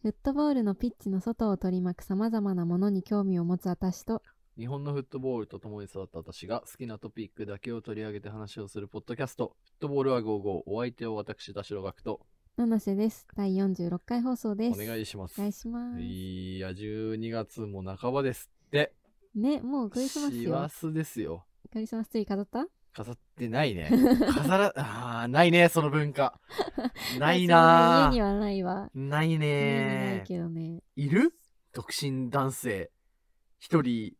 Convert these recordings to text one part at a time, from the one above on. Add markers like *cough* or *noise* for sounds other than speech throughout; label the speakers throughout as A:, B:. A: フットボールのピッチの外を取り巻くさまざまなものに興味を持つ私と
B: 日本のフットボールと共に育った私が好きなトピックだけを取り上げて話をするポッドキャスト、フットボールは55、お相手を私、田代学と
A: 七瀬です第46回放送で
B: お
A: す
B: 願いします。
A: お願いします
B: いや、12月も半ばですって。
A: ねもうクリスマス
B: 師
A: よ
B: 走ですよ。
A: クリスマスツリー飾った
B: 飾ってな
A: *laughs*
B: いね。飾ら、あーないね、その文化。ない
A: あそう
B: な
A: ね家に
B: ー。
A: はないわ
B: ない
A: 家にはな
B: ね
A: いけどね
B: ー。いる独身男性、一人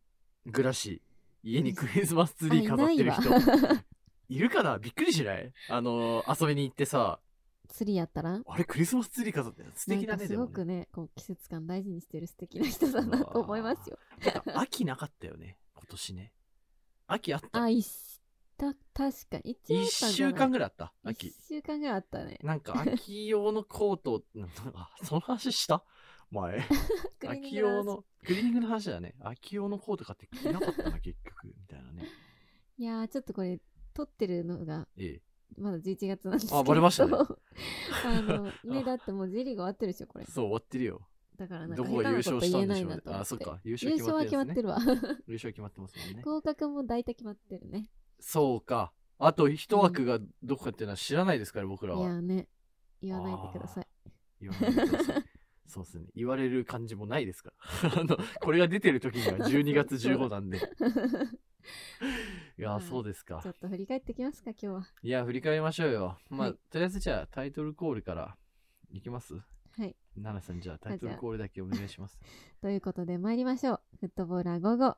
B: 暮らし、家にクリスマスツリー飾ってる人
A: あい。ない *laughs* わ
B: いるかなびっくりしないあのー遊びに行ってさ、
A: ツリーやったら
B: あれクリスマスツリー飾ってる素敵
A: な
B: だ
A: んか
B: ね、
A: す
B: で
A: ご
B: も
A: く
B: ね。
A: ねこう季節感大事にしてる素敵な人だなと思いますよ
B: なんか秋なかったよね、今年ね。秋あった。
A: あ一た確かに一応あったんじ
B: 1
A: ゃ
B: 週
A: ない
B: 間ぐらいあった、秋
A: 一。週間ぐらいあったね
B: なんか秋用のコート、なんか *laughs* その話した前。
A: クリーニング
B: 秋
A: の話
B: 用の、クリーニングの話だね。秋用のコート買って着なかったな、結局。みたいなね。
A: いやーちょっとこれ撮ってるのが
B: ええ。
A: まだ11月なんですけど
B: あバレましたね
A: あ
B: *laughs*
A: のねだってもうジェリーが終わってるでしょこれ
B: そう、終わってるよ。
A: だからなんか
B: どこが優勝したんでし
A: 下手なこ。と言え
B: ょうね
A: ないなと思って
B: あ、そっか。優
A: 優
B: 勝決
A: 勝
B: ま
A: は
B: ってる
A: 決ま
B: や
A: っ
B: つね
A: て。るわ
B: 優勝決まってますもんね。
A: 合格も大体決まってるね
B: そうか。あと一枠がどこかっていうのは知らないですから、僕
A: い
B: ら
A: や
B: は。
A: ーね言わないでください
B: 言わないでくださいそうですね。言われる感じもないですから。 *laughs* あの、これが出てる時には12月15なんで。
A: *laughs*
B: いや
A: はい
B: ー、そうですか
A: ちょ。っと振り返ってきますか今日はい
B: や、振り返りましょうよ。まあ、
A: はい
B: とりあえずじゃあタイトルコールからいきます
A: はい
B: 奈々さん、じゃあタイトルコールだけお願いします。
A: ということで参りましょうフットボーラー午後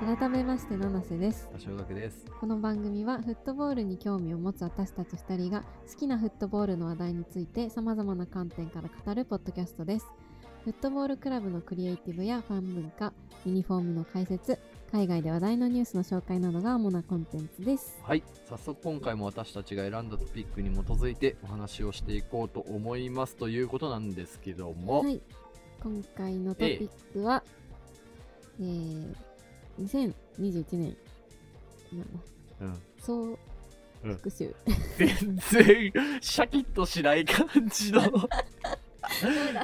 A: 改めまして七瀬です
B: 多少学です。
A: この番組はフットボールに興味を持つ私たち2人が好きなフットボールの話題についてさまざまな観点から語るポッドキャストですフットボールクラブのクリエイティブやファン文化ユニフォームの解説海外で話題のニュースの紹介などが主なコンテンツです
B: はい、早速今回も私たちが選んだトピックに基づいてお話をしていこうと思いますということなんですけども、
A: はい今回のトピックは、えー2021年なんだ
B: うん、
A: 総
B: うん
A: 復習、 *laughs*
B: 全然シャキッとしない感じの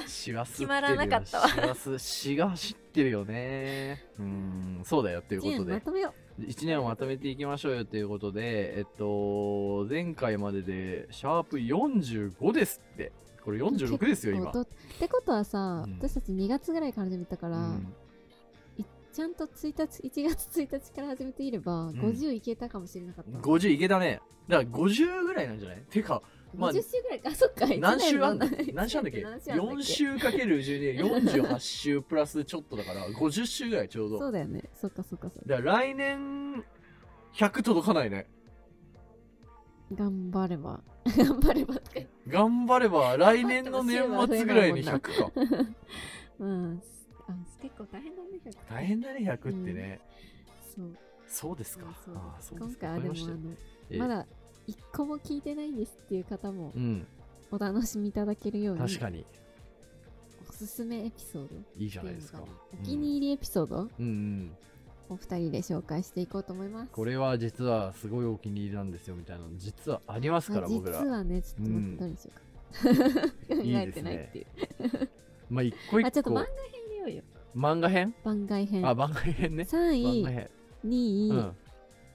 B: しわす
A: 決
B: ってるよ
A: まらなかったわ
B: しわすしが走ってるよねうんそうだよというこ
A: 1
B: と
A: 年ま
B: で
A: とめよ
B: 1年をまとめていきましょうよということでえっと前回まででシャープ45ですってこれ
A: う
B: 46です
A: 結
B: よ今
A: 構とってことはさ、
B: うん
A: 私たち2月ぐらいから始めたから、
B: うん
A: いちゃんと1日1月1日から始めていれば、50いけたかもしれなかった。
B: 50いけたねだから50ぐらいなんじゃないてかまあ
A: 50週ぐらいか、そっか。
B: 何週あんだ
A: 一年の
B: 何週あんだっけ
A: 何週あんだっけ
B: ?4 週かける12で48週プラスちょっとだから50週ぐらいちょうど
A: そうだよね。そっかそっかそっか。
B: だから来年100届かないね
A: 頑張れば。 *laughs* 頑張ればとか。
B: 頑張れば来年の年末ぐらいに100か
A: うん。あ結構大変だね、100
B: *laughs* 大変だね100ってね、
A: そう。
B: そうです
A: そ
B: か
A: うそう
B: ああそうで
A: 今
B: すか
A: 回は
B: わか
A: で
B: り
A: も
B: ました
A: あ
B: よ
A: の、
B: ええ
A: まだ1個も聞いてないですっていう方も
B: うん
A: お楽しみいただけるように、
B: 確かに
A: おすすめエピソードっ
B: いいじゃ
A: て
B: ないいうで
A: の
B: す
A: か
B: か
A: な。お気に入りエピソード
B: うん、うん、
A: を2人で紹介していこうと思います。
B: これは実はすごいお気に入りなんですよみたいなの実はありますから
A: あ
B: 僕ら
A: 実はねちょっと待ってどれにしようか、
B: うん
A: 考えてないっていう
B: まあ一個一個
A: あちょっと漫画編入れようよ
B: 漫画編
A: 番外編
B: あ番外編ね
A: 3
B: 番
A: 位
B: 外編、
A: 2位、
B: うん、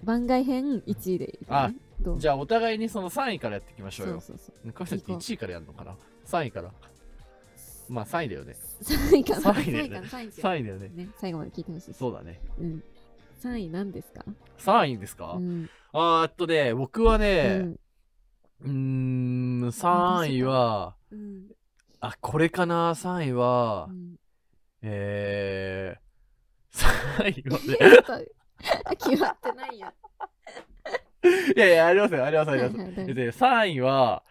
A: 番外編1位でいく、ね、
B: あ
A: どう
B: じゃあお互いにその3位からやっていきましょう
A: そう
B: よ
A: そうそう
B: 昔さんって1位からやるのかな3位からまあ3位だよね
A: 3位かな
B: 三位だよね
A: かな3位かな
B: 3位だよね
A: ね最後まで聞いてほしい
B: そうだね
A: う、ん、3位なんですか
B: 3位ですか、
A: うん、
B: あーっとね、僕は
A: う
B: ね、
A: ん
B: うーん、3位は、
A: うん
B: あ、これかな、3位は、
A: うん
B: えー、3位は *laughs*
A: *laughs* ち
B: ね、
A: ょっと決まってない
B: *laughs*
A: よ
B: いやいや、ありません、ありません、あ
A: はいは
B: りま
A: い
B: せん。
A: 誰
B: で、3位は、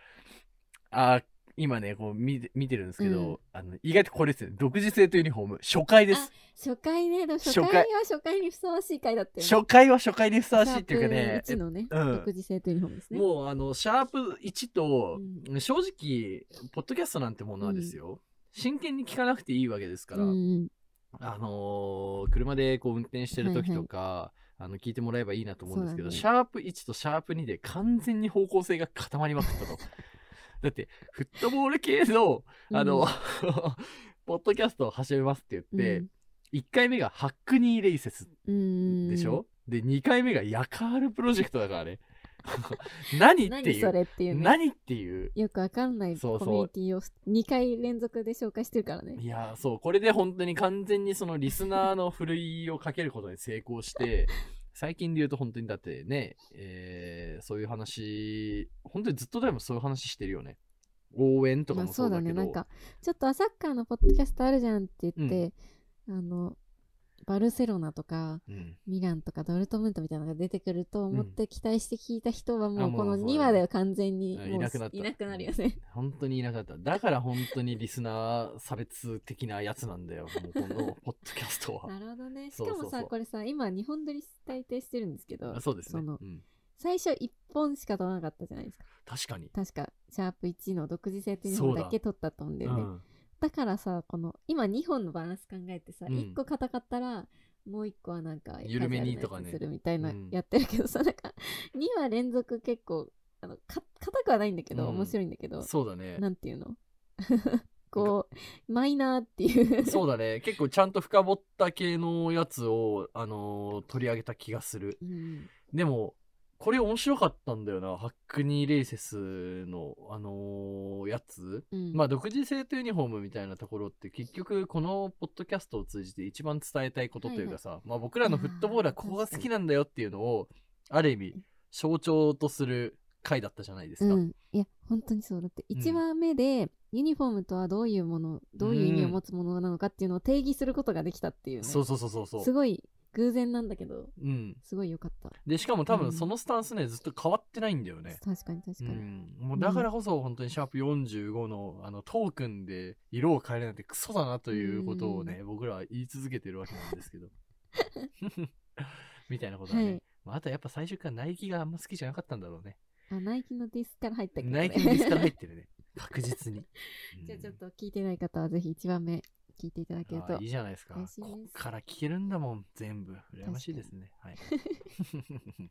B: あ、今ね、こう見て見てるんですけど、
A: うん
B: あの意外とこれですね、独自性とユニフォーム、初回です。
A: 初回ね、でも初
B: 初
A: 回
B: 回
A: は初回にふさわしい回だったよね。
B: 初回は初回にふさわしいっていうかね、
A: シャープ1のね、
B: うん
A: 独自性というユニフォームですね。
B: もうあの、シャープ1と、
A: う
B: 正直、ポッドキャストなんてものはですよ、真剣に聞かなくていいわけですから、
A: うんうん、
B: あのー車でこう運転してる時とか、あの聞いてもらえばいいなと思うんですけど、
A: そう
B: シ
A: だ
B: ャープ1とシャープ2で完全に方向性が固まりまくったと。だって、フットボール系の、あの、 *laughs* ポッドキャストを始めますって
A: うん、
B: 言って、1回目がハックニーレイセス
A: うん、
B: でしょ、で、2回目がヤカールプロジェクトだからね。 *laughs* 何って
A: 何
B: い。
A: そうれっていうね。
B: 何っていう。
A: よくわかんない
B: そ
A: コ
B: う
A: ミ
B: そ
A: ュ
B: う
A: ニティを2回連続で紹介してるからね。
B: いやーそうこれで本当に完全にそのリスナーのふるいをかけることに成功して最近で言うと本当にだってね、えーそういう話本当にずっとでもそういう話してるよね応援とか
A: まあ
B: もそ
A: そううだ
B: だ
A: ね、
B: けど、
A: なんか、ちょっとサッカーのポッドキャストあるじゃんって言って、あの、バルセロナとか
B: うん
A: ミランとかドルトムントみたいなのが出てくると思って期待して聞いた人はも
B: あ
A: う
B: もう
A: この
B: そう
A: 2話では完全に
B: うん
A: もう
B: いなくなった
A: いなくなるよね。
B: 本当にいなかっただから本当にリスナー差別的なやつなんだよもうこのポッドキャストは
A: なるほどね。しか
B: そうそうそう
A: もさ、これさ、今日本撮り大抵してるんですけど
B: あ、そうですね、
A: の
B: うん
A: 最初1本しか撮らなかったじゃないですか。
B: 確かに、
A: 確か、シャープ1の独自性っていうのだけ撮ったと思うんだ
B: う
A: よね。だ
B: ん、
A: からさ、この今2本のバランス考えてさ、
B: うん
A: 1個硬かったら、もう1個はなんか、
B: 緩めにとかね
A: カジュアルなやつするみたいな
B: うん
A: やってるけどさ、なんか、2話連続結構、あのか硬くはないんだけど、
B: うん
A: 面白いんだけど、
B: そうだね
A: なんていうの *laughs* こう、マイナーっていう。
B: そうだね結構ちゃんと深掘った系のやつを、あのー取り上げた気がする
A: *laughs* うん
B: でも、これ面白かったんだよな。ハックニー・レイセスの、あのーやつ。
A: うん
B: まあ、独自性とユニフォームみたいなところって、結局、このポッドキャストを通じて一番伝えたいことというかさ、まあ、僕らのフットボールはここが好きなんだよっていうのを、ある意味、象徴とする回だったじゃないですか。
A: うん、いや本当にそうだって
B: ん
A: 1話目で、ユニフォームとはどういうものどういう意味を持つものなのかっていうのを定義することができたっていうね、
B: そうそうそうそうそう。
A: すごい偶然なんだけど
B: うん。
A: すごい良かった、
B: で、しかも多
A: う
B: 分
A: ん
B: そのスタンスね、ずっと変わってないんだよね。
A: 確かに確かに、
B: うん、もうだからこそ本当にシャープ45のあのトークンで色を変えるなんてクソだなということをね、僕らは言い続けてるわけな
A: *laughs*
B: んですけどみたいなことはね、
A: はい
B: まあ、あとやっぱ最初からナイキがあんま好きじゃなかったんだろうね
A: あナイキのディスから入ったけど、ね、
B: ナイキのリスから入ってるね確実に、う
A: *laughs*
B: ん
A: じゃあちょっと聞いてない方はぜひ1番目聞いていただける
B: あ
A: と
B: あいいじゃないですか
A: 嬉しいです
B: こっから聞けるんだもん全部羨ましいですねはい
A: はい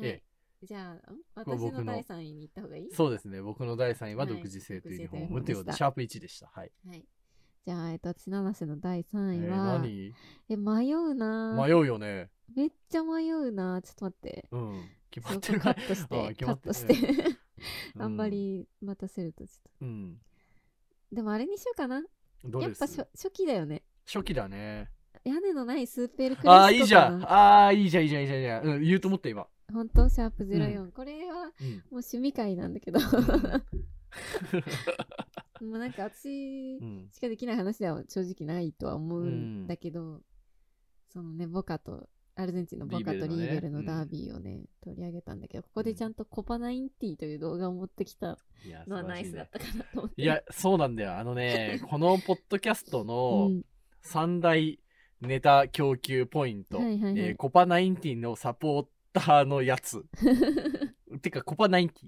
B: え
A: じゃあん
B: 僕の
A: 私の第3位に行った方がいい
B: *laughs* そうですね僕の第3位は
A: はい
B: 独自性という
A: 独自性という
B: 本という
A: 本でし
B: ことで
A: た
B: シャープ1でしたはい、
A: はいじゃあ、えっと、私七瀬の第
B: え
A: 3位
B: ー
A: は、
B: 何
A: え迷うなぁ
B: 迷うよね
A: めっちゃ迷うなぁちょっと待って
B: うん、決ま
A: そ
B: っ
A: う
B: てる
A: カ
B: か
A: ットし
B: ああ
A: て
B: 決
A: カ
B: ま
A: ッ
B: って
A: ト
B: る
A: して
B: ら
A: あんま、り待たせるとちょっ
B: うんうん
A: とでもあれにしようかな
B: ど
A: や
B: れ
A: っ
B: で
A: ぱ
B: す
A: 初初期だよね
B: 初期だね
A: 屋根のないスーペルク
B: あ
A: ラ
B: あ
A: シ
B: いい
A: コ
B: じ
A: か
B: ゃん
A: な
B: ああいいじゃんいいじゃんいいじゃんいいじゃん、うん、言うと思った今、
A: 本当シャープ04、これは *laughs*
B: うん
A: もう趣味会なんだけどもうなんか私
B: うん
A: しかできない話では正直ないとは思うんだけど、そのねボカとアルゼンチンのボカとリ
B: リーベルのね
A: ーベルのダービーをね、取り上げたんだけどここでちゃんとコパナインティという動画を持ってきた
B: いや
A: のは
B: 素晴ら
A: ナ
B: し
A: イ
B: い
A: スだ
B: ね
A: ったかなと思って
B: いやそうなんだよあの
A: *laughs*
B: ねこのポッドキャスト
A: う
B: の
A: ん
B: 三大ネタ供給ポイント、
A: はいはいはい
B: えーコパナインティのサポーターのや
A: *laughs*
B: つてかコパナインテ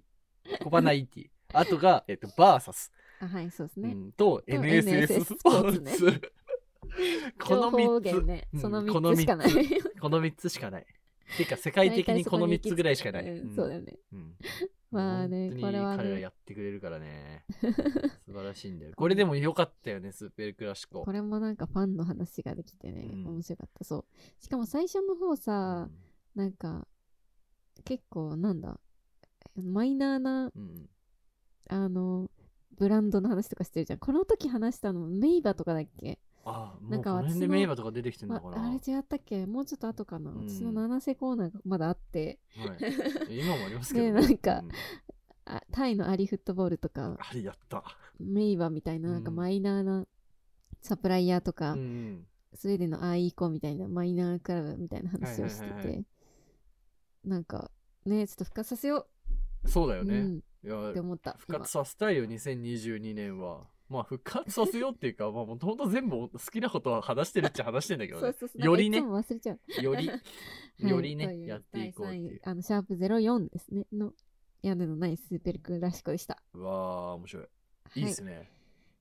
B: ィコパナインティあとが、えっと、バーサス
A: あはいそうです
B: う
A: ね、
B: ん、と
A: NSS
B: NSS
A: ス
B: ス
A: ポ
B: ポ
A: ー
B: ー
A: ツ
B: ツ、
A: ね
B: *laughs* こ
A: 情
B: の
A: 報
B: 3
A: 源
B: つ、
A: ね、
B: うん
A: その
B: この
A: 3
B: 三
A: つ
B: つ
A: しかない。
B: この3つしかないていうか世界的にこの3つぐらいしかない、
A: うん
B: うん
A: そうだよね。
B: うん
A: まあね
B: 本
A: こ
B: 当
A: れ
B: に
A: はね
B: 彼はやってくれるから
A: *laughs*
B: ね素晴らしいんだよこれでも良かったよねスーペルクラシコ
A: これもなんかファンの話ができてね、
B: うん
A: 面白かった。そう。しかも最初の方さ、
B: うん
A: なんか、結構なんだ、マイナーな、
B: うん
A: あの、ブランドの話とかしてるじゃん。この時話したの、メイバとかだっけ、
B: あもう
A: なんか
B: この辺
A: 私
B: で
A: の
B: 名馬とか出てきてん
A: ま
B: の
A: あ
B: かな、
A: あれ違ったっけもうちょっと後かな。
B: うん
A: 私の七瀬コーナーがまだあって、
B: はい、今もありますけど、
A: ねなんか
B: うん
A: あタイのアリフットボールとか、
B: あれやった、
A: メイバみたいな、なんか
B: うん
A: マイナーなサプライヤーとか、
B: うん
A: スウェーデンのアイコみたいなマイナークラブみたいな話をしてて、
B: はいはいはいは
A: なんかねちょっと復活させよ
B: そうだ
A: う、
B: よね、
A: うん
B: いや
A: って思った
B: 復
A: 今
B: 活させたいよ2022年はまあ復活させようっていうかまあもともと全部好きなことは話してるっちゃ話してんだけど
A: そう
B: ね
A: そうそう
B: よりね
A: なんかいつも忘れちゃう
B: *laughs* より
A: はい
B: よりね、
A: とう
B: やっていこうってい
A: 第
B: う
A: 三位あのシャープ04ですねの屋根のないスーペルクラシコでした、
B: うわあ面白いいいですね、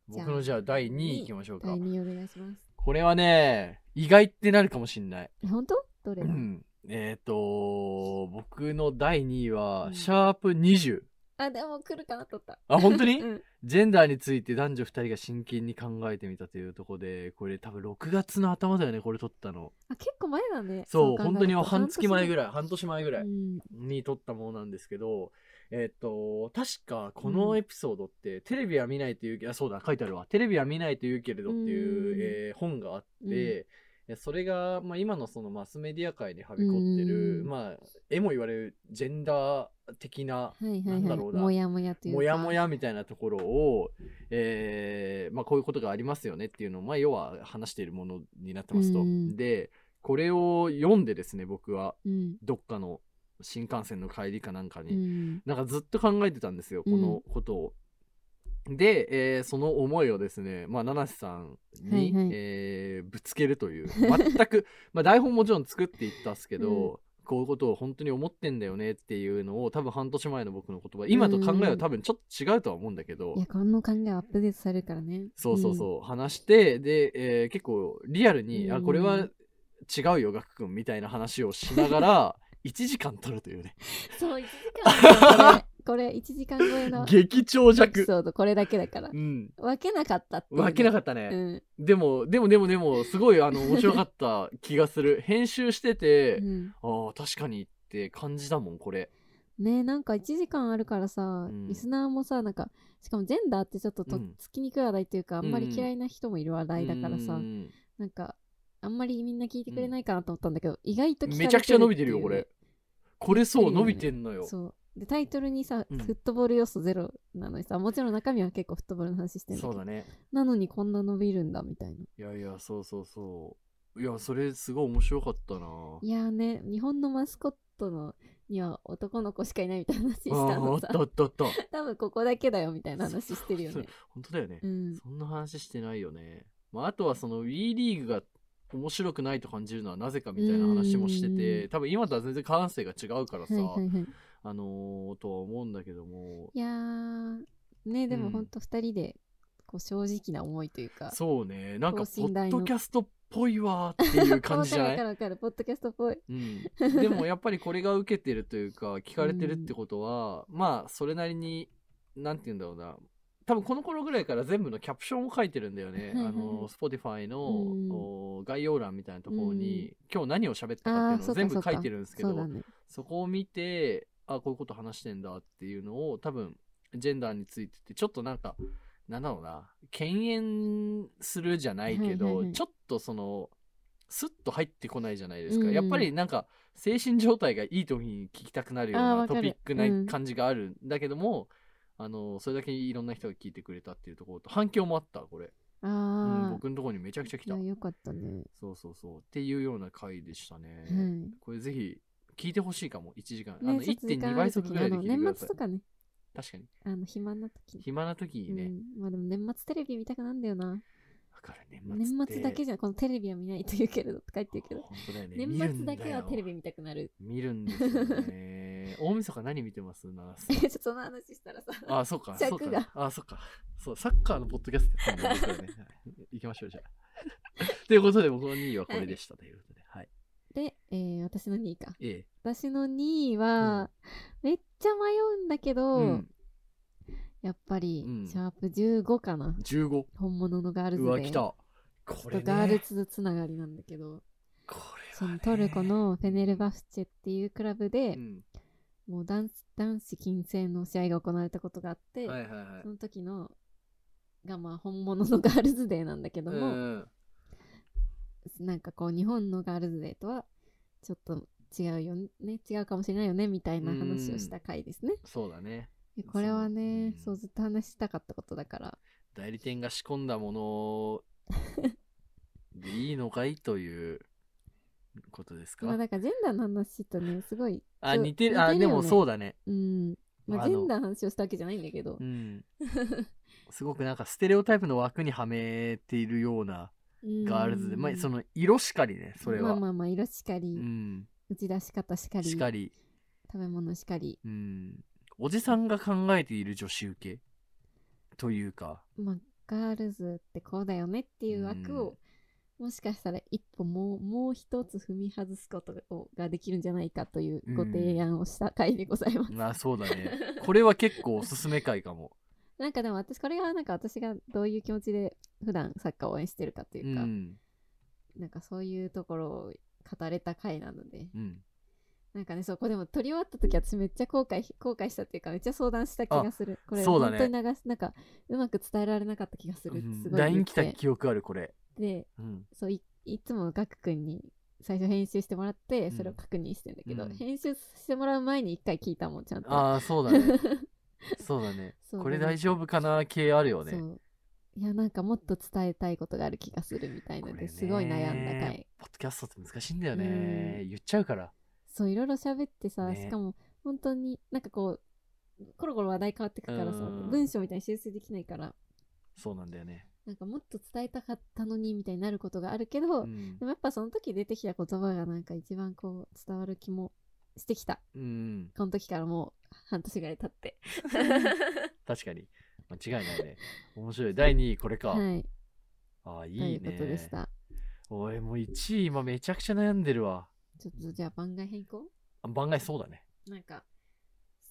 A: じゃあ
B: 僕のじゃあ第2位いきましょうか
A: 第2位お願いします
B: これはね意外ってなるかもしんない
A: え本当どれ、
B: うんえっ、と僕の第2位は、
A: うん
B: シャープ20
A: あでも来るかなと思った
B: あ本当に、
A: うん
B: ジェンダーについて男女2人が真剣に考えてみたというところでこれ多分6月の頭だよねこれ撮ったの
A: あ結構前だね
B: そう本当に半月前ぐ
A: らい
B: らい半年前ぐらい
A: うん
B: に撮ったものなんですけど、えっと確かこのエピソードって、テレビは見ないというけあそうだ書いてあるわテレビは見ないというけれどっていう
A: うん、
B: えー本があって、えそれが、まあ、今のそのマスメディア界にはびこってる、
A: うん
B: まあ絵も言われるジェンダー的な
A: はいはい
B: なん
A: は
B: だ
A: い
B: ろうな
A: もやもやというか
B: もやもやみたいなところを、えーまあ、こういうことがありますよねっていうのを、まあ、要は話しているものになってますと。
A: うん
B: でこれを読んでですね僕は
A: うん
B: どっかの新幹線の帰りかなんか
A: う
B: に、
A: ん
B: なんかずっと考えてたんですよこのことを。で、えーその思いをですね、まあ、七瀬さん
A: は
B: に、
A: いはい
B: えーぶつけるという全く、 *laughs* まあ、台本もちろん作っていったっすけ
A: う
B: ど、こういうことを本当に思ってんだよねっていうのを多分半年前の僕の言葉今と考えは多分ちょっと違うとは思うんだけど、
A: いやこの考えはアップデートされるからね
B: そうそうそう、話してで、えー結構リアルに、
A: う
B: あ
A: ん
B: これは違うよガク君みたいな話をしな
A: *laughs*
B: がら1時間撮るというね
A: うんそう1時間
B: *laughs*
A: だよこれこれ1時間超えのエ
B: 激長
A: ピ
B: 尺。
A: ソードこれだけだから
B: うん
A: 分けなかったっていうね
B: 分けなかった
A: う
B: ね、
A: ん
B: でもでもでもでもすごいあの面白かった気が
A: *laughs*
B: する編集してて、
A: うん
B: ああ確かにって感じだもんこれ
A: ねなんか1時間あるからさ、
B: ん
A: リスナーもさなんかしかもジェンダーってちょっとと
B: う
A: っ
B: ん
A: つきにくい話題というか、あんまり
B: うん
A: 嫌いな人もいる話題だからさ、
B: うん
A: なんかあんまりみんな聞いてくれないかなと思ったんだけど、意外と聞かれ
B: めちゃくちゃ伸びてるよ
A: ってい
B: こ
A: うね
B: れこれそう
A: びっ
B: 伸
A: くり
B: びてんのよ
A: そうでタイトルにさ、
B: うん
A: フットボール要素ゼロなのにさもちろん中身は結構フットボールの話してるんだけど
B: そうだね
A: なのにこんな伸びるんだみたいない
B: やいやそうそうそういやそれすごい面白かったない
A: やーね日本のマスコットのには男の子しかいないみたいな話した
B: あーあ
A: の
B: っ
A: さ
B: たあったあった
A: 多分ここだけだよみたいな話してるよね
B: 本当だよね、
A: うん
B: そんな話してないよね、まあ、あとはその WE リーグが面白くないと感じるのはなぜかみたいな話もして
A: う
B: て多分今とは全然感性が違うからさ、
A: はいはいはい
B: あのーとは思うんだけども
A: いやーねでもほんと2人でこう正直な思いというか、
B: そうねなんか
A: 等
B: ポ
A: 身大
B: ッ
A: の
B: ドキャストっぽいわーっていう感じじゃ
A: わか
B: な
A: る *laughs* わ
B: い、
A: かるわかるポッドキャストっぽい *laughs*
B: うん、でもやっぱりこれが受けてるというか聞かれてるってことは、まあそれなりになんて言うんだろうな多分この頃ぐらいから全部のキャプションを書いてるんだよ
A: はい
B: ね。
A: はいはい
B: あの、Spotify の、
A: うん
B: お概要欄みたいなところに、今日何を喋ったかって
A: あーそ
B: いうの
A: うか
B: を全
A: そ
B: 部
A: うか
B: 書いてるんですけど、
A: そうだ
B: そ
A: ね
B: こを見て、あ、こういうこと話してんだっていうのを、多分、ジェンダーについてって、ちょっとなんか、なんだろうな、敬遠するじゃないけど、
A: はいはいはい
B: ちょっとその、スッと入ってこないじゃないですか。
A: うん
B: やっぱりなんか、精神状態がいい時に聞きたくなるよう
A: あー
B: な
A: わかる
B: トピック
A: うん
B: な感じがあるんだけども、あの、それだけいろんな人が聞いてくれたっていうところと、反響もあった、これ。
A: あ
B: う
A: ー、
B: ん、僕のところにめちゃくちゃ来た
A: い。やよかったね、
B: そうそうそう。っていうような回でしたね。
A: はい
B: これぜひ聞いてほしいかも、1時間。あ
A: ね
B: の
A: ちょっと時間あ
B: 1.2
A: る
B: 倍速
A: 時
B: ぐらいで
A: あの
B: 聞いてくだ
A: 年
B: さ
A: 末
B: い
A: と。かね
B: 確かに。
A: あの暇な時
B: 暇な時にね、わ、
A: うん、まあでも年末テレビ見たくなんだよな
B: かる、年末
A: 年
B: って
A: 末だけじゃこのテレビは見ないと言うけれどって書いてるけど
B: 本当だよね。
A: 年
B: 見るん
A: 末だけはテレ
B: よ
A: ビ見たくなる *laughs*
B: 見るんですよね。大晦日何見てますな
A: えちょっとその話したらさ
B: ああ、そうか。
A: *laughs* 尺
B: そうか
A: が
B: ああ、そうか。そう、サッカーのポッドキャストやってんだね僕らね。はい行きましょう、じゃあ。 *laughs* ということで、僕の2位はこれでしたということで。はい。
A: で、えー私の2位か
B: ええ。
A: 私の2位は、めっちゃ迷うんだけど、
B: うん。
A: やっぱり、
B: うん
A: シャープ15かな
B: 15。
A: 本物のガールズ
B: う
A: で
B: わ、来た。こ
A: ちょ
B: れ
A: っとガール
B: ね。
A: ズつながりなんだけど、
B: これ
A: そ
B: は
A: の
B: ね。
A: トルコのフェネルバフチェっていうクラブで、
B: うん。
A: もう男子男子禁制の試合が行われたことがあって、
B: はいはいはい
A: そ。の時のがまあ本物のガ *laughs* ールズデーなんだけど
B: う
A: も、
B: ん
A: なんかこう日本のガールズデーとはちょっと違うよね違うかもしれないよねみたいな話をした回ですね。
B: そうだね
A: でこれはねそ
B: そう
A: うずっと話したかったことだから
B: 代理店が仕込んだものでいいのかいということですか、 *laughs*
A: まあだからジェンダーの話とねすごい
B: あ似てるあ
A: 似て
B: で
A: るよね
B: もそうだね
A: うんまあ、
B: あの
A: ジェンダーの話をしたわけじゃないんだけど *laughs*
B: う。ん、すごくなんかステレオタイプの枠にはめているようなガールズで、まあ、そ
A: の、
B: の色しかりねそれは、
A: まあまあまあ、色しかり、
B: うん、
A: 打ち出し方しかり、
B: しかり、
A: 食べ物しかり。
B: うん、おじさんが考えている女子受けというか
A: まあ、ガールズってこうだよねっていう枠を、もしかしたら一歩もう、もう一つ踏み外すことをができるんじゃないかというご提案をした回でございます。
B: まあそうだ
A: *laughs*
B: ねこれは結構おすすめ回かも、
A: なんかでも私、これがなんか私がどういう気持ちで普段サッカーを応援してるかと
B: う
A: いうか、
B: ん
A: なんかそういうところを語れた回なので、
B: うん、
A: なんかね、そう、これでも撮り終わった時私めっちゃ後悔、後悔したっていうか、めっちゃ相談した気がする。これ、
B: そうだ
A: 本当
B: ね
A: に流し、なんか、うまく伝えられなかった気がする。すごい。
B: LINE 来た記憶あるこれ、
A: で、
B: うん、
A: そうい、いつもガク君に最初編集してもらって、
B: うん
A: それを確認してんだけど、
B: うん
A: 編集してもらう前に一回聞いたもん、ちゃんと。
B: ああそうだねそうだね
A: *laughs* そう
B: これ大丈夫かな系あるよね
A: そう。いや、なんかもっと伝えたいことがある気がするみたい
B: こ
A: な
B: れ
A: ので
B: ね
A: すごい悩んだ回。
B: ポッドキャストって難しいんだよね言っちゃうから
A: そう、いろいろ喋ってさ、
B: ね
A: しかも、本当になんかこう、コロコロ話題変わってくからさ、
B: うん
A: 文章みたいに修正できないから、
B: そうなんだよね、
A: なんかもっと伝えたかったのにみたいになることがあるけど、
B: う
A: で
B: ん
A: もやっぱその時出てきた言葉がなんか一番こう伝わる気もしてきた。
B: うん、
A: この時からもう半年ぐらい経って。
B: 確かに間違いないね面白い第2位これか、
A: はい。
B: ああい
A: と
B: い
A: い
B: ね
A: うことでした。
B: おいもう1位今めちゃくちゃ悩んでるわ
A: ちょっとじゃあ番外変更
B: あ番外そうだね
A: なんか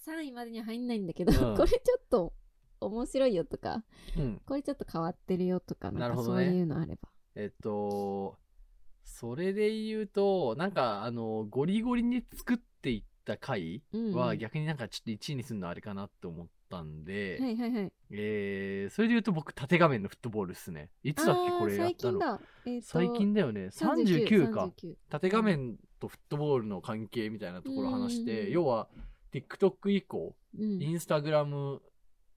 A: 3位までには入んないんだけど、
B: うん
A: これちょっと面白いよとか、
B: うん
A: これちょっと変わってるよとか、
B: な
A: なん
B: る
A: か
B: ほど
A: そ
B: ね
A: ういうのあれば。
B: えっとそれで言うとなんかあのゴリゴリに作っていった回
A: うん
B: は
A: うん
B: 逆になんかちょっと1位にするのあれかなって思ったんで、
A: はいはいはい。
B: えーそれで言うと僕縦画面のフットボールっすねいつだっけ
A: あー
B: これやっ
A: 最
B: た
A: 近
B: の
A: だ。えっと
B: 最近だよね39か。
A: 39
B: 縦画面とフットボールの関係みたいなところを話し
A: うん
B: て要は TikTok 以降
A: うん
B: インスタグラム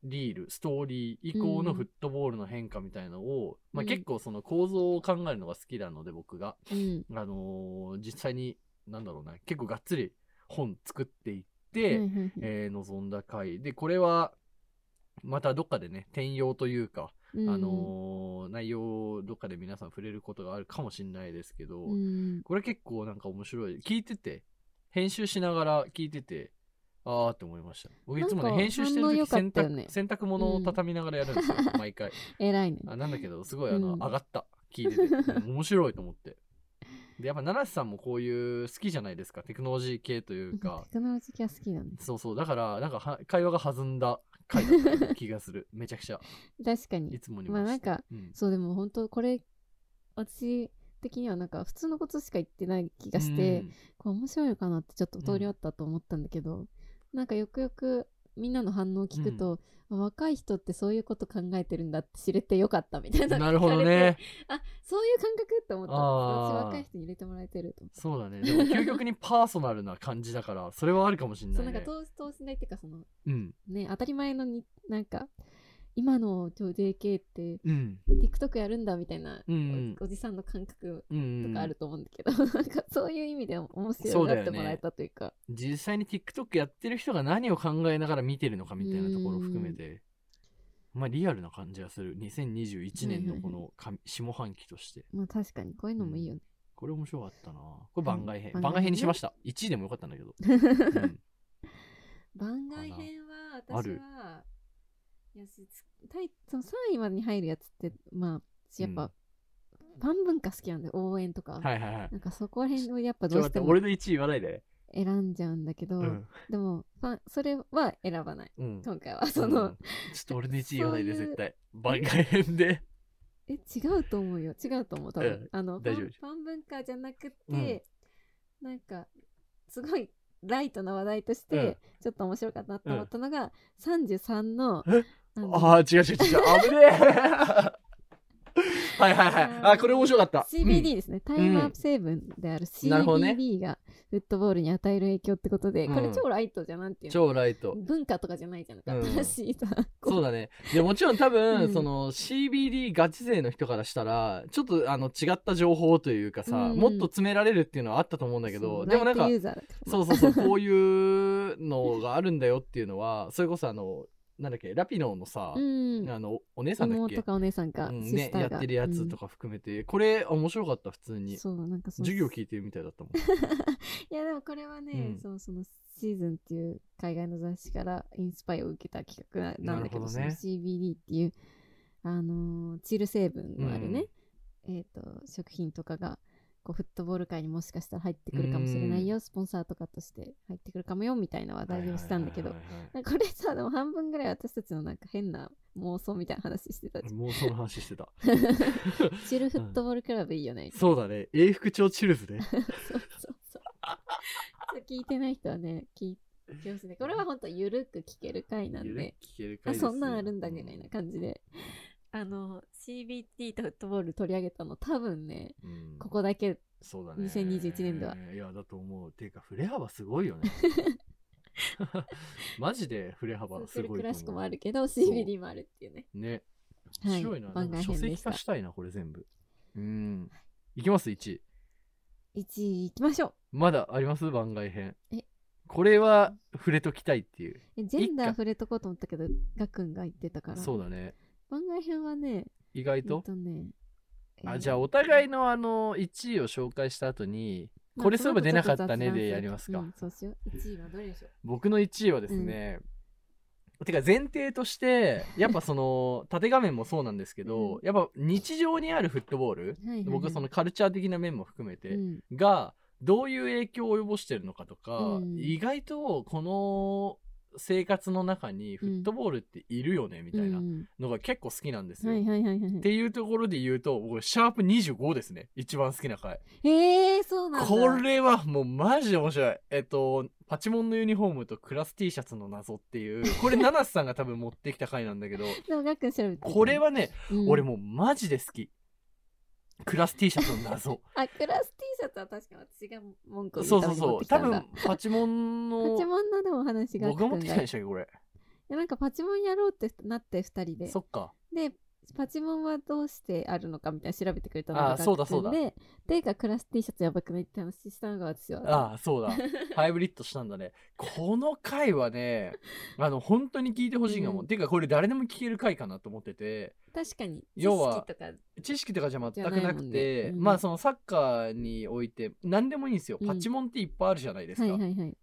B: リールストーリー以降のフットボールの変化みたいのを、ま
A: う
B: あ、
A: ん
B: 結構その構造を考えるのが好きなので僕が、
A: うん
B: あのー実際になんだろうな結構がっつり本作っていっ
A: は
B: て、
A: いはいはい
B: えー臨んだ回でこれはまたどっかでね転用というか、
A: うん
B: あのー内容どっかで皆さん触れることがあるかもしれないですけど、
A: うん
B: これ結構なんか面白い聞いてて編集しながら聞いててあーって思いました僕いつも
A: なんか
B: ね編集してる
A: 反応良
B: 時
A: かっ
B: 洗
A: たよ
B: 濯,、
A: ね
B: 洗濯物を畳みながらやるんです
A: *laughs*
B: よ、毎回
A: 偉いね。
B: あなんだけどすごいあの、
A: うん
B: 上がった聞いててうん面白いと思ってでやっぱ七瀬さんもこういう好きじゃないですかテクノロジー系という
A: なん
B: か
A: かテクノロジー系は好きだね。
B: そうそうだからなんかは会話が弾んだ回だった気がす
A: *laughs*
B: るめちゃくちゃ
A: 確か
B: い
A: に。
B: つもに
A: まあ
B: 増
A: な
B: し
A: ん
B: て
A: か、
B: うん
A: そうでも本当これ私的にはなんか普通のことしか言ってない気がして、
B: うん
A: これ面白いのかなってちょっと通りあったと思ったんだけど、なんかよくよくみんなの反応を聞くと、あ若い人ってそういうこと考えてるんだって知れてよかったみたいな。
B: なるほ
A: *laughs*
B: どね。
A: あそういう感覚って思った。
B: あ
A: 私
B: ー
A: 若い人に入れてもらえてると思った。
B: そうだねでも究極にパーソナルな感じだからそれはあるかもしれな
A: そ
B: いう
A: な
B: ね
A: んか投資投資ないっていうかその
B: うん
A: ね当たり前のになんか今のちょ JK って
B: うん。
A: TikTok やるんだみたいな
B: うんうん
A: おおじさんの感覚
B: うん
A: とかあると思うんだけど、 *laughs* なんかそういう意味で面
B: そ
A: 白
B: うだ
A: が
B: よ
A: っ
B: ね
A: てもらえたというか
B: 実際に TikTok やってる人が何を考えながら見てるのかみたいなところを含めて、まあリアルな感じがする。2021年のこのか下半期として。
A: まあ確かにこういうのもいいよね、
B: これ面白かったな。これ番外編。
A: うん
B: 番外編にしました。1位でもよかったんだけど。
A: *laughs*
B: うん
A: 番外
B: かな
A: 編は
B: あ
A: 私
B: る
A: はいやしつタイその3位までに入るやつってまあやっ
B: うん
A: ぱ、ファン文化好きなんで応援とか、
B: はいはいはい。
A: なんかそこら辺をやっぱ
B: ち
A: ど
B: ょっと
A: う
B: 待っ、
A: してても
B: 俺の1位言わないで。
A: 選んじゃうんだけど、
B: うん。
A: でもファンそれは選ばない
B: うん。
A: 今回はその、
B: うん、ちょっと俺の1位言わないで、
A: そういう
B: 絶対。番外編で。
A: え違うと思うよ違うと思う多
B: うん
A: 分あのファ
B: 大
A: ン
B: 丈夫
A: ファン文化じゃなくて、なんかすごいライトな話題として、
B: うん
A: ちょっと面白かったなと思ったのが、33の
B: え
A: あの
B: ああ、違う違う違う。危ねえ。 *laughs* はいはいはい。あ、これ面白かった。うん
A: CBD ですね、タイムアップ成分である
B: なるほどね
A: CBD がフットボールに与える影響ってことで、こ
B: う
A: れ
B: ん
A: 超ライトじゃんなんていうの
B: 超ライト。
A: 文化とかじゃないじゃんなんか
B: うん
A: 新しいさ、
B: そう
A: こ
B: だね。でもちろん多
A: う
B: 分、
A: ん
B: その CBD ガチ勢の人からしたら、ちょっとあの違った情報というかさ、
A: うん
B: もっと詰められるっていうのはあったと思うん
A: う
B: だけど、
A: そう
B: でもなん
A: ラ
B: か
A: イト、ユーザーだから
B: そうそうそう、こういうのがあるんだよっていうのは、それこそあの、なんだっけ、ラピノのさ、
A: うん
B: あの、お姉さんだっけ
A: 妹、かお姉さんか、
B: うん
A: シス
B: ね、
A: タ
B: や
A: ーが
B: ってるやつとか含めて、これ面白かった、普通
A: うん
B: に。
A: そうなんかその
B: 授業聞いてるみたい
A: *laughs*
B: だったもん。
A: いやでもこれはね、
B: うん
A: そうそのシーズンっていう海外の雑誌からインスパイアを受けた企画ななんだけど
B: なるほど
A: そ
B: ね
A: の CBD っていう、あのーチル成分のあるね、えっと食品とかがこうフットボール界にもしかしたら入ってくるかもしれないよ、スポンサーとかとして入ってくるかもよみたいな話題をしたんだけど
B: はいはいはいはい
A: なんかこれさでも半分ぐらい私たちのなんか変な妄想みたいな話してたじ
B: もうその
A: *laughs*
B: 話してた。
A: ゃんチルフットボールクラブいいよね、
B: そうだね。英福町チルズね。
A: そうそうそう。そう聞いてない人はね、聞いてほしいね。これは本当ゆるく聞ける回 *laughs* なん
B: ゆる
A: で、
B: く聞ける回
A: あ
B: ですよ
A: そんなんあるんだみたいな感じで。あの、CBT とフットボール取り上げたの、多分ね、
B: うん
A: ここだけ、
B: そうだね。
A: 2021年では。
B: いや、だと思う。ていうか、振れ幅すご
A: *laughs*
B: いよね。マジで振れ幅
A: ス
B: す
A: ー
B: ご
A: ク
B: いと
A: ラシコもあ
B: 思
A: るけど、CBD もあるっていうね。
B: う。ね。
A: は
B: 面
A: い
B: 白いな。
A: 番外
B: 書
A: 編で
B: 籍
A: した
B: 化したいな、これ全部。うん。いきます、1位。
A: 1位いきましょ
B: まだあります番外編
A: え。
B: これは触れときたいっていう。
A: う。えジェンダー
B: 一家
A: 触れとこうと思ったけど、ガクンが言ってたから。
B: そうだね。
A: 番外編はね、
B: 意外
A: えっ
B: と。
A: とね、
B: あじゃあ、お互い
A: い、
B: のあの、1位を紹介した後に、これそういえば出なかったねでやりますか
A: うんそうしよう。1位はどれでしょう
B: 僕の1位はですね、てか前提としてやっぱその *laughs* 縦画面もそうなんですけど、
A: うん
B: やっぱ日常にあるフットボール、
A: はいはいはい
B: 僕そのカルチャー的な面も含め
A: う
B: て、
A: ん
B: がどういう影響を及ぼしてるのかとか、
A: うん
B: 意外とこの生活の中にフットボールっているよねみたいな
A: うん
B: のが結構好きなんですよ。
A: はいはいはいはいはい
B: っていうところで言うと僕シャープ25ですね一番好きな回。
A: えー、そうなんだ。
B: これはもうマジで面白い。えっと、パチモンのユニフォームとクラス T シャツの謎っていう、
A: *laughs*
B: これ、七瀬さんが多分持ってきた回なんだけど、
A: でもガックン調べてた
B: これ、はね、
A: うん
B: 俺もうマジで好き。クラス T シャツの
A: *laughs*
B: 謎。
A: あ、クラス T シャツは確か私が文句
B: そ
A: を
B: う
A: 言ったの
B: そう
A: に
B: そ
A: 持っ
B: う。
A: てき
B: 多
A: たんだ
B: 分、パチモン
A: パチ
B: の、
A: モンのでもお話が
B: 僕が持ってきたんで
A: い
B: したっけ、これ。
A: やなんかパチモンやろうってなって二人で
B: そ。っか。
A: で、パチモンはどうしてあるのかみたいなの調べてくれたのが
B: あーそう
A: ガ
B: だ
A: ックン
B: そ
A: で、ていうかクラス T シャツやばくないって話したのが私は。
B: ああ、そうだ。ハイブリッドしたんだね。この回はね、あの、本当に聞いてほしいかも。
A: うん
B: ていうか、これ誰でも聞ける回かなと思ってて、
A: 確かに。
B: 要は
A: 知識とか
B: 知識とかじゃ
A: じ
B: 全く
A: ゃな
B: ない
A: も
B: く
A: ん
B: て
A: ねうん
B: まあそのサッカーにおいて何でもいいんですよ、
A: うん
B: パチモンっていっぱいあるじゃないです
A: は
B: か、
A: いはいはい。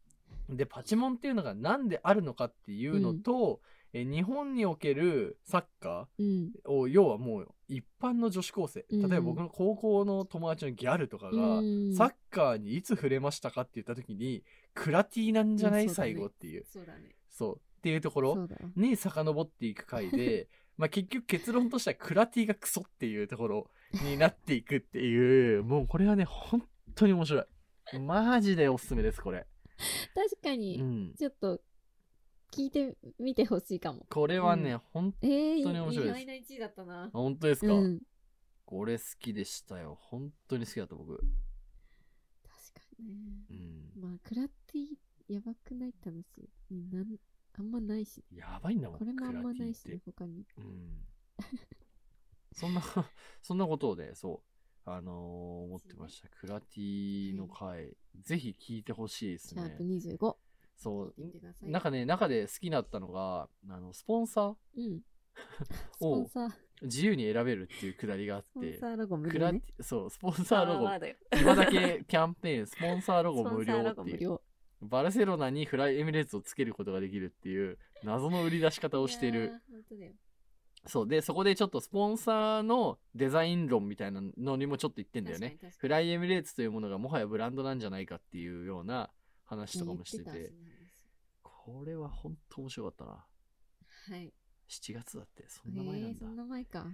B: でパチモンっていうのが何であるのかっていうのと、え日本におけるサッカ
A: うん。
B: ーを要はもう一般の女子高生、
A: うん
B: 例えば僕の高校の友達のギャルとかが、
A: うん
B: サッカーにいつ触れましたかって言った時にクラティなんじゃない、
A: うんそうだね
B: 最後っていう
A: そうだね。
B: そうっていうところ
A: そうだわ。
B: に遡っていく
A: *laughs*
B: 回でまあ結局結論としてはクラティがクソっていうところになっていくっていうもうこれはね本当に面白いマジでおすすめですこれ、
A: 確かに。
B: うん、
A: ちょっと聞いてみてほしいかも。
B: これはね、
A: う
B: ほん
A: えー、
B: 本当に面白いです
A: 意外な1位だったな。
B: 本当ですか、
A: うん、
B: これ好きでしたよ本当に好きだった僕、
A: 確かにね。
B: うん、
A: まあ、クラッティやばくないって話になんあんまないし、
B: やばいんだもん
A: これもあんまないし、
B: クラティっ
A: ね
B: て、
A: 他に。
B: うん、そんな *laughs* そんなことでそうあのー思ってましたクラティの回ぜひ聞いてほしいです
A: シャ
B: ね
A: ープ25。
B: そう
A: 聞いてみてください。
B: なんかね、中で好きだったのが、あの、スポンサー *laughs*
A: うん。スポ
B: を
A: ンサー、
B: 自由に選べるっていうくだりがあっ
A: スポン
B: て
A: サ、ーロゴ無
B: ク
A: 料、
B: ラ
A: ね。
B: そう、スポンサー
A: あ
B: ロゴ、
A: ーまあだよ
B: 今だけキャンペーン、スポンサーロ
A: ス
B: ゴ
A: ポ
B: 無
A: ンサー
B: 料
A: ロ
B: っ
A: ゴ
B: て
A: 無
B: いう、
A: 料。
B: バルセロナにフライエミレーツをつけることができるっていう、謎の売り出し方をして
A: いや
B: る。
A: ー。本当だよ。
B: そう、で、そこでちょっとスポンサーのデザイン論みたいなのにもちょっと言ってんだよね。
A: 確かに確か
B: フライエミレーツというものがもはやブランドなんじゃないかっていうような話
A: に
B: とかもして、
A: 言って
B: これは本当面白かったな。
A: たその話はい。
B: 7月だって、そ
A: え
B: んな前なん
A: ー、
B: だ
A: そん。な前か。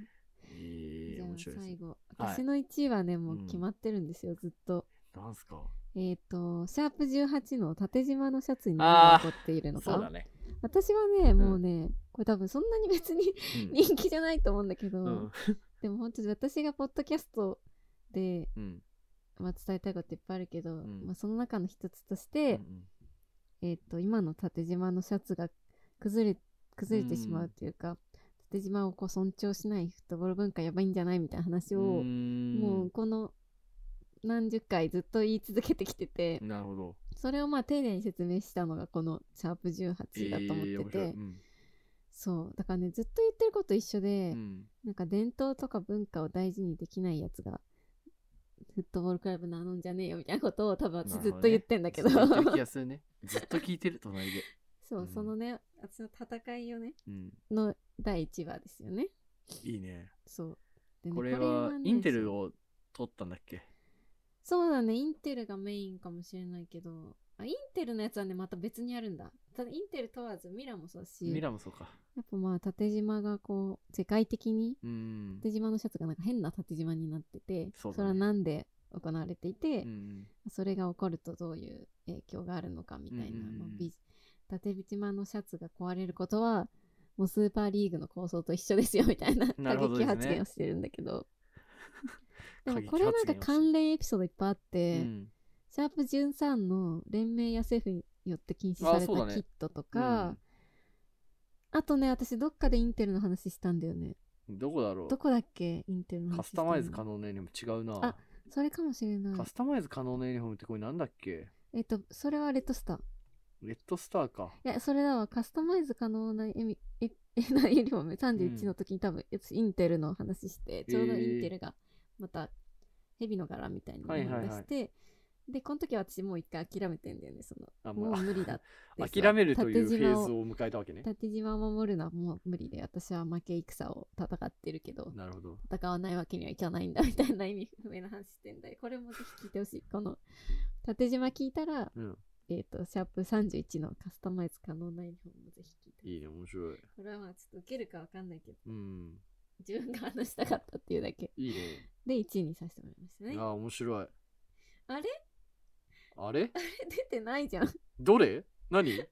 B: え
A: じ
B: え
A: ゃあ
B: 面白いです
A: 最
B: ね。
A: 後。
B: はい
A: 私の1位はね、もううん決まってるんですよ、ずっと。
B: なんすか
A: えっ、と、シャープ18の縦縞のシャツに何が
B: あー
A: 起こっているの
B: そう
A: か
B: だ。ね。
A: 私はね、もうね、これ多分そんなに別に
B: うん
A: 人気じゃないと思うんだけど、
B: うん
A: でも本当に私がポッドキャストで、
B: うん。
A: まあ、伝えたいこといっぱいあるけど、
B: ん
A: まあ、その中の一つとし
B: う
A: て、
B: ん
A: えっと今の縦縞のシャツが崩れ崩れてしまうというか、縦縞をこう尊重しないフットボール文化やばいんじゃないみたいな話
B: う
A: を、
B: ん
A: もうこの何十回ずっと言い続けてきてて、
B: なるほど。
A: それをまあ丁寧に説明したのがこのシャープ
B: え
A: 18だと思
B: ー
A: ってて、
B: 面白いうん
A: そうだからねずっと言ってること一緒で、
B: うん
A: なんか伝統とか文化を大事にできないやつがフットボールクラブなのんじゃねえよみたいなことを多分私ずっと言ってんだけど
B: ずっと言ってる気がするね。ずっと聞いてる隣で。
A: *laughs* そう、
B: うん
A: そのね私の戦いをね
B: うん。
A: の第1話ですよね
B: いいね。
A: そうでね
B: これは
A: ね
B: インテルを取ったんだっけ
A: そうだねインテルがメインかもしれないけどあインテルのやつはねまた別にあるんだただインテル問わずミラもそうだし
B: ミラもそうか。
A: やっぱまあ縦縞がこう世界的に
B: うん。
A: 縦縞のシャツがなんか変な縦縞になってて
B: そうだね
A: れはなんで行われていて、
B: うん
A: それが起こるとどういう影響があるのかみたいな
B: うんうんうん
A: のをビジ縦縞のシャツが壊れることはもうスーパーリーグの構想と一緒ですよみたいな
B: *laughs*
A: 過
B: なるほどで
A: 激発
B: すね
A: 言をしてるんだけ
B: *laughs*
A: どでも
B: 過激
A: これなん
B: 発
A: か
B: 言をして
A: 関連エピソードいっぱいあっ
B: う
A: て、
B: ん。
A: シャープ13の連盟や政府によって禁止さ
B: あ
A: れた
B: そうだね
A: キットとかあ,、とね私どっかでインテルの話したんだよね
B: うんどこだろ
A: ど
B: う
A: こだっけインテルの話
B: カ
A: し
B: ス
A: た
B: タ
A: の
B: マイズ可能なユニフォーム違うな
A: あ。それかもしれない
B: カスタマイズ可能なユニフォームってこれなんだっけ
A: えっとそれはレッドスター
B: レッドスターか。
A: いや、それだわ。カスタマイズ可能なエミ *laughs* エエなユニフォーム
B: う
A: 31
B: ん
A: の時に多分、私インテルの話して、ちょうどインテルがまた蛇の柄みたいなのを
B: はい
A: 出
B: はいはい
A: して、で、この時は私もう一回諦めてんだよね。そ
B: あ
A: の
B: もう
A: もう無理だってさ。
B: *laughs* 諦めるというフ
A: 縦
B: ェ
A: 縞
B: ー
A: を
B: ズを迎えたわけね。
A: 縦島を守るのはもう無理で、私は負け戦を戦ってるけど、
B: なるほど。
A: 戦わないわけにはいかないんだみたいな意味不明な話してんだよ。これもぜひ聞いてほしい。この縦島聞いたら、
B: うん。
A: えっ、と、シャープ31のカスタマイズ可能なユニフォームもぜひ聞いてほし
B: いいね、面白い。
A: これはまあちょっと受けるかわかんないけど、
B: うん。
A: 自分が話したかったっていうだけ。
B: いいね。
A: で、1位にさせてもらいましたね。
B: ああ、面白い。
A: あれあ
B: あれ
A: れ出てないじゃん。
B: どれ何
A: ベレ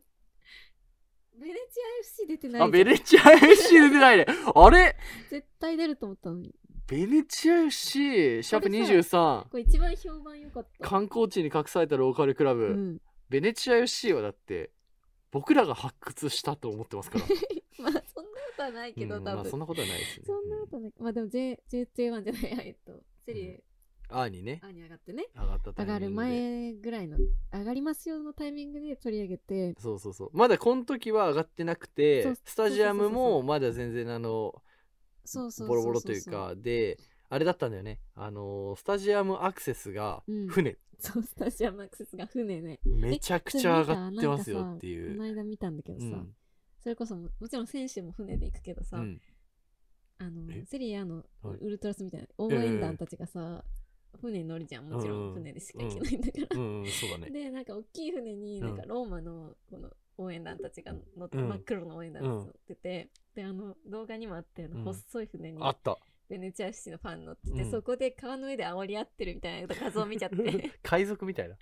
A: チア FC 出てないじゃん。
B: あ、ベネチア FC 出てないね。あれ
A: 絶対出ると思ったのに。
B: ベネチア FC、シャープ
A: これさ
B: 23。
A: これ一番評判良かった。
B: 観光地に隠されたローカルクラブ、
A: うん。
B: ベネチア FC はだって僕らが発掘したと思ってますから
A: まあそんなことは *laughs* ないけど、
B: うん
A: 多
B: まあ、
A: 分。
B: そ
A: そ
B: ん
A: ん
B: なことはないですね
A: なことはない。まあでも J、J1 じゃない、えっと、セリエ
B: うん、アーにね
A: A に上がってね。
B: 上がったタ
A: 上
B: イミ
A: が
B: ングで
A: る前ぐらいの、上がりますよのタイミングで取り上げて、
B: そうそうそうまだこの時は上がってなく
A: そ
B: て
A: う
B: スタジアム
A: そうそうそうそ
B: も
A: う
B: まだ全然あの
A: そうそうそうそうそう。
B: ボロボロというかであれだったんだよねあのスタジアムアクセスが
A: うん
B: 船、
A: そう、スタジアムアクセスが船ね。
B: めちゃくちゃ上がってますよってい
A: こ
B: う
A: の間見たんだけど
B: う
A: さ、
B: ん
A: それこそももちろん選手も船で行くけどさ、
B: うん
A: あの
B: え
A: セリアの
B: はい
A: ウルトラスみたいな応援団たちがさ、船に乗るじゃんもちろ
B: うんうんん
A: 船でしか行けないんだから、
B: うんうんそうだね
A: でなんか大きい船になんかローマのこの応援団たちが乗って、
B: うん
A: 真っ黒の応援団たち乗ってて、であの動画にもあったような
B: うん
A: 細い船に
B: あった
A: ベネチア市のファン乗ってて、
B: うん
A: そこで川の上で煽り合ってるみたいな画像を見ち
B: *laughs*
A: ゃってもう
B: 海賊みたいな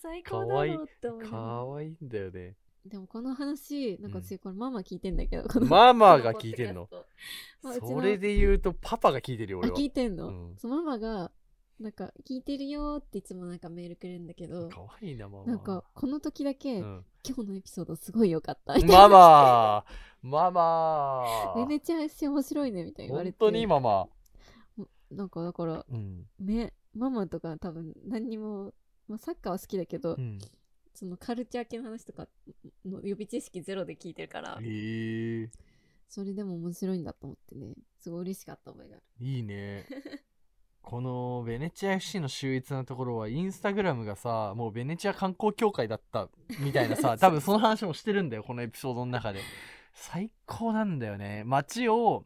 A: 最高だろうって思いな
B: か
A: がら
B: わいいんだよね
A: でもこの話なんか
B: う
A: 私これママ聞いてんだけど、 *laughs* この
B: ママが聞いてんの
A: こポッドキャストまあうち
B: そ
A: の
B: れで言うとパパが聞いてるよ
A: あ
B: 俺は
A: 聞いてんの、
B: うん
A: そうママがなんか聞いてるよーっていつもなんかメールくれるんだけど
B: かわいいなママ
A: なんかこの時だけ、
B: うん
A: 今日のエピソードすごい良かったみたいな
B: マ
A: *laughs*
B: マママ
A: ベネチアし面白いねみたいに言われ
B: 本
A: て
B: 当にママ
A: なんかだから
B: うん
A: ねママとか多分何にも、まあ、サッカーは好きだけど、
B: うん
A: そのカルチャー系の話とかの予備知識ゼロで聞いてるから
B: へえ
A: それでも面白いんだと思ってねすごい嬉しかった覚えがある
B: いいねこのベネチア FC の秀逸なところはインスタグラムがさもうベネチア観光協会だったみたいなさ多 *laughs* 分その話もしてるんだよこのエピソードの中で最高なんだよね街を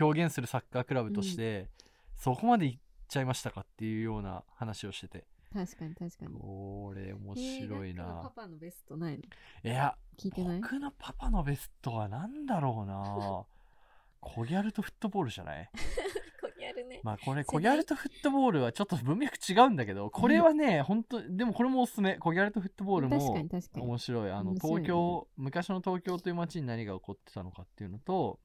B: 表現するサッカークラブとして、そこまで行っちゃいましたかっていうような話をしてて
A: 確かに確かに
B: これ面
A: えー
B: 白い
A: んか
B: な
A: パパのベストないの
B: いや
A: 聞いてない
B: 僕のパパのベストは何だろうなコギャルとフットボールじゃない
A: こうやるね
B: まあこれ
A: 世代
B: コギャルとフットボールはちょっと文脈違うんだけどこれはね本当でもこれもおすすめコギャルとフットボール
A: 確か
B: も
A: に確かに
B: 面白いあの
A: 面白いね
B: 東京昔の東京という街に何が起こってたのかっていうのと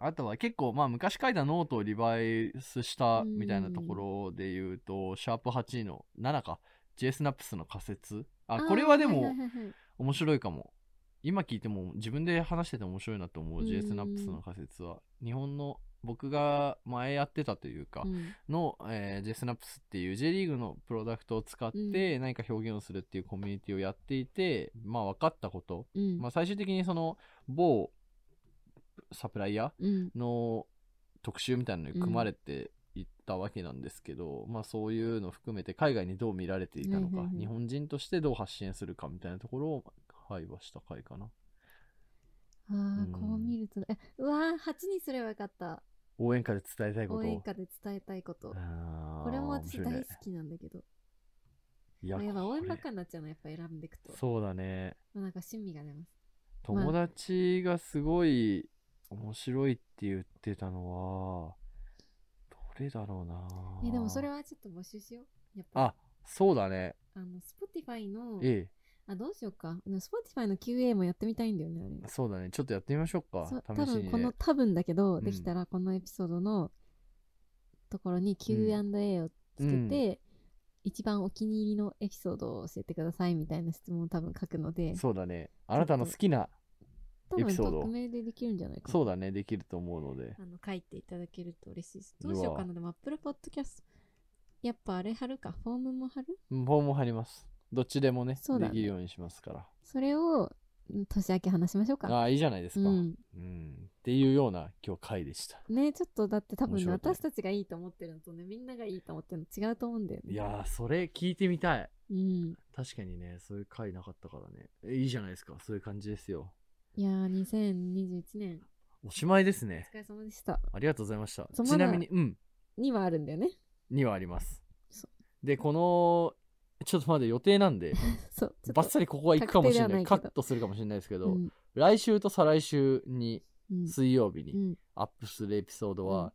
B: あとは結構まあ昔書いたノートをリバイスしたみたいなところで言うと、シャープ8の7か j スナプスの仮説あこれはで
A: あー
B: も
A: いはいはいはい
B: 面白いかも今聞いても自分で話してて面白いなと思う
A: うん
B: j スナプスの仮説は日本の僕が前やってたというか、
A: うん
B: の、えー、j スナプスっていう J リーグのプロダクトを使って何か表現をするっていうコミュニティをやっていて、まあ分かったこと、
A: うん
B: まあ、最終的にその某サプライヤー
A: うん
B: の特集みたいなのに組まれていったわけなんですけど、まあそういうのを含めて海外にどう見られていたのか、
A: はいはいはい
B: 日本人としてどう発信するかみたいなところを配話した回かな
A: あ
B: うん
A: ーこう見るとえうわー8にすればよかった
B: 応援歌で伝えたいこと
A: 応援歌で伝えたいこと
B: あー
A: これも
B: 面
A: 私
B: 白い
A: 大
B: ね
A: 好きなんだけど
B: いや
A: やっぱ応援ばっ
B: こ
A: かになっちゃうのやっぱ選んでいくと
B: れそうだね
A: まあなんか趣味が出ますまあ
B: 友達がすごい面白いって言ってたのはどれだろうな
A: えでもそれはちょっと募集しようやっぱ
B: あそうだね
A: あの Spotify の
B: え
A: あどうしようかでも Spotify の QA もやってみたいんだよねあれ
B: えそうだねちょっとやってみましょうか
A: そう
B: 試
A: 多
B: しに、
A: 分
B: ね、
A: この多分だけど、
B: うん
A: できたらこのエピソードのところに Q&A をつけて、
B: うん
A: 一番お気に入りのエピソードを教えてくださいみたいな質問を多分書くので
B: そうだね。あなたの好きな、
A: 多
B: エピ
A: 分
B: ソード
A: 匿名でできるんじゃないかな
B: そうだね、できると思うので。
A: あの書いていただけると嬉しいですど
B: うわ
A: うしようかなでも Apple Podcast やっぱあれ貼るかフォームも貼る
B: フォーム貼ります。どっちでもね、
A: そうだ
B: で
A: ね
B: きるようにしますから。
A: それをうん年明け話しましょうか
B: ああー、いいじゃないです
A: う
B: か。うん。
A: ん
B: っていうような今日回でした。
A: ねちょっとだって多分、ね、
B: 面白いね
A: 私たちがいいと思ってるのとねみんながいいと思ってるの違うと思うんだよね
B: いやー、それ聞いてみたい。
A: うん
B: 確かにね、そういう回なかったからね。えいいじゃないですか。そういう感じですよ。
A: いやー2021年
B: おしまいです
A: お
B: ね。
A: 疲れ様でした
B: ありがとうございました。
A: そう
B: ちな
A: まだ
B: みに、うん、
A: 2はあるんだよね *laughs*
B: にはあります
A: そ。
B: で、この、ちょっとまだ予定なんで、
A: そう *laughs* ちょっと
B: バッサリここは行くかもしれない。
A: 確定では
B: カ
A: ないけど
B: ットするかもしれないですけど、
A: うん
B: 来週と再来週に、
A: うん
B: 水曜日に
A: うん
B: アップするエピソード
A: うん
B: は、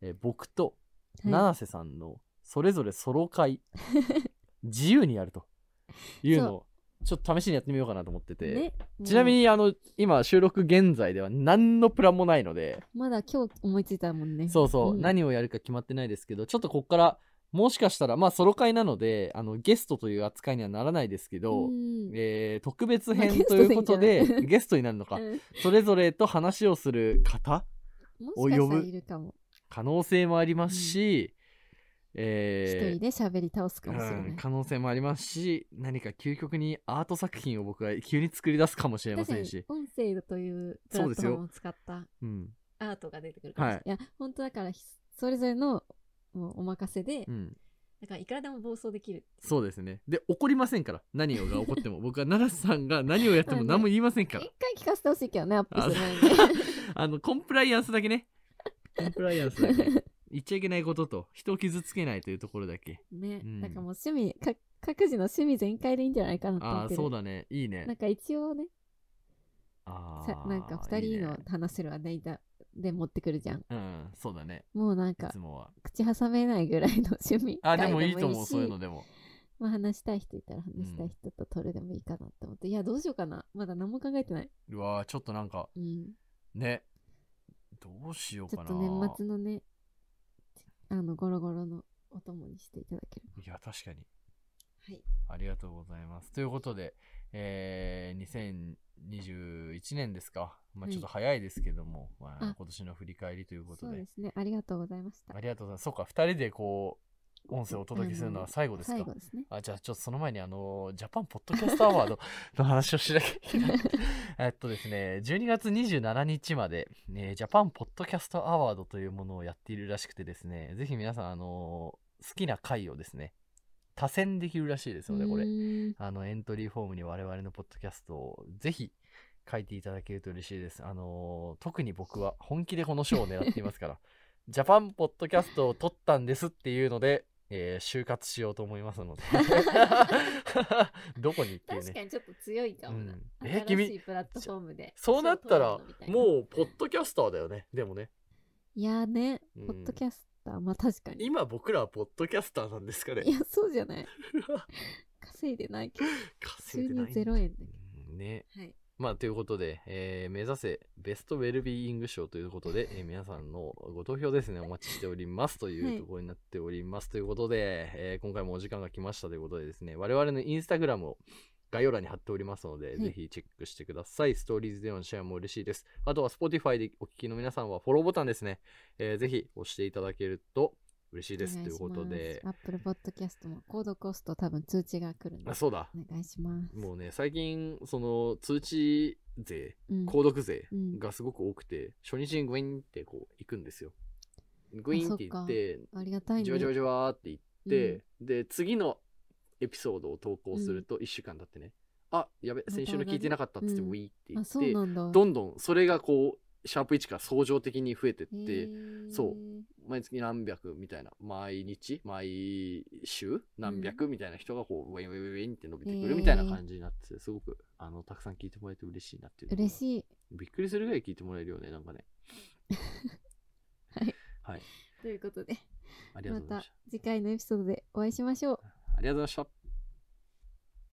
B: えー僕と
A: はい
B: 七瀬さんのそれぞれソロ
A: *laughs*
B: 会、自由にやるというのをちょっと試しにやってみようかなと思ってて、
A: ね
B: ちなみ
A: も
B: にあの今収録現在では何のプランもないので
A: うまだ今日思いついたもんね
B: そうそう、
A: ん
B: 何をやるか決まってないですけどちょっとここからもしかしたらまあソロ会なのであのゲストという扱いにはならないですけど、
A: うん
B: えー特別
A: まあゲ
B: 編
A: ス
B: と
A: トでいいん
B: い
A: じゃ
B: う
A: ない *laughs*
B: ことで、ゲストになるのか
A: うん
B: それぞれと話をする方
A: もしかしたらいるかも
B: 可能性もありますし、
A: 一人
B: え
A: で喋り倒す
B: ー
A: かもしれない
B: うん可能性もありますし何か究極にアート作品を僕が急に作り出すかもしれま
A: 確か
B: せん
A: に
B: し、
A: 音声というプラットフォームを使った
B: うん
A: アートが出てくるかもしれない、い、や本当だからひそれぞれのもうお任せで、
B: うん、
A: だからいくらでも暴走できる
B: そうですねで怒りませんから何をが起こっても僕は奈良さんが何をやっても何も言いません
A: 一
B: から
A: *laughs* 回聞かせてほしいけどねアップ
B: あ
A: する前に
B: あのコンプライアンスだけねコンプライアンスだけ
A: *laughs*
B: 言っちゃいけないことと人を傷つけないというところだけ
A: ね、
B: うん
A: なんかもう趣味か各自の趣味全開でいいんじゃないかなと思
B: あ
A: っ
B: あ
A: てる
B: そうだねいいね
A: なんか一応ね
B: あ
A: さ
B: ー
A: なんか
B: いい
A: 二人
B: ね
A: の話せる話題だで持ってくるじゃん
B: うんそうだね
A: もうなん
B: い
A: か
B: つもは
A: 口挟めないぐらいの趣味
B: *laughs* あでもいいと
A: 会
B: 思う
A: し
B: そういうのでも
A: まあ話したい人いたら話したい人と撮るでもいいかなって思って、いやどうしようかなまだ何も考えてないう
B: わーちょっとなんか
A: うん
B: ねどうしよう
A: ち
B: か
A: ょっ
B: な
A: と年末のね、あの、ゴロゴロのお供にしていただければ。
B: いや確かに
A: はい。
B: ありがとうございますということでえー、2021年ですか、ま
A: は
B: あ、
A: い
B: ちょっと早いですけども、まあ
A: あ、
B: 今年の振り返りということ
A: そう
B: で
A: ですね。ありがとうございました
B: あ。りがとうございますそうか2人でこう音声をお届けするのは最後ですか
A: 最後ですね。
B: あじゃあちょっとその前にあのジャパンポッドキャストアワードの話をしなきゃいけない *laughs* えっとですね12月27日まで、ね、ジャパンポッドキャストアワードというものをやっているらしくてですねぜひ皆さんあの好きな回をですね多選できるらしいですのでこれ
A: うーん
B: あのエントリーフォームに我々のポッドキャストをぜひ書いていただけると嬉しいです。あのー特に僕は本気でこの賞を狙っていますから、 *laughs* ジャパンポッドキャストを取ったんですっていうので、えー就活しようと思いますので、 *laughs* どこにっていう
A: 確か
B: ね。
A: にちょっと強いかもな。
B: うんえ
A: え、
B: 君
A: 新しいプラットフォームで。
B: そうなったら
A: そう取るのみたいな
B: もうポッドキャスターだよね。でもね、
A: いやーね、
B: うん
A: ポッドキャスター、まあ確かに。
B: 今僕らはポッドキャスターなんですかね
A: い。や、そうじゃない。稼いでないけど、
B: 稼
A: 収
B: いでな
A: 入
B: いんだ
A: 0円だけ
B: うんね。
A: ど。はい。
B: まあ、ということで、えー目指せベストウェルビーイング賞ということで、えー皆さんのご投票ですね、お待ちしておりますと
A: はいいう
B: ところになっております。ということで、えー今回もお時間が来ましたということでですね、我々のインスタグラムを概要欄に貼っておりますので、
A: い
B: ぜひチェックしてください。ストーリーズでのシェアも嬉しいです。あとは Spotify でお聞きの皆さんはフォローボタンですね、えーぜひ押していただけると嬉しいです。ということで、
A: アップルポッドキャストもコードコスト多分通知が来るんで
B: あ、そうだ。
A: お願いします。
B: もうね、最近、その通知税、
A: うん
B: 購読税
A: うん
B: がすごく多くて、初日にグイーンってこう行くんですよ。グイーンって行って、
A: ありがたいね。
B: じわじわじわーって行って、で、次のエピソードを投稿すると1週間経ってね、あ、やべ、
A: また
B: 先週の聞いてなかったっつって
A: 上が
B: ウ
A: る
B: ィーって言
A: あ、
B: っ
A: そう
B: て、
A: なんだ。
B: どんどんそれがこう、シャープ1から相乗的に増えてっ
A: へ
B: て、
A: ー
B: そう毎月何百みたいな、毎日、毎週何百みたいな人がこう、ウェイウェイウェイウェイって伸びてくるみたいな感じになってて、すごく、あの、たくさん聞いてもらえて嬉しいなっていうところが。
A: 嬉しい。
B: びっくりするぐらい聞いてもらえるよね、なんかね。
A: *laughs* はい。
B: はい。
A: ということで、
B: ありが
A: ま
B: とうござい
A: た
B: ました。
A: 次回のエピソードでお会いしましょう。
B: ありがとうございました。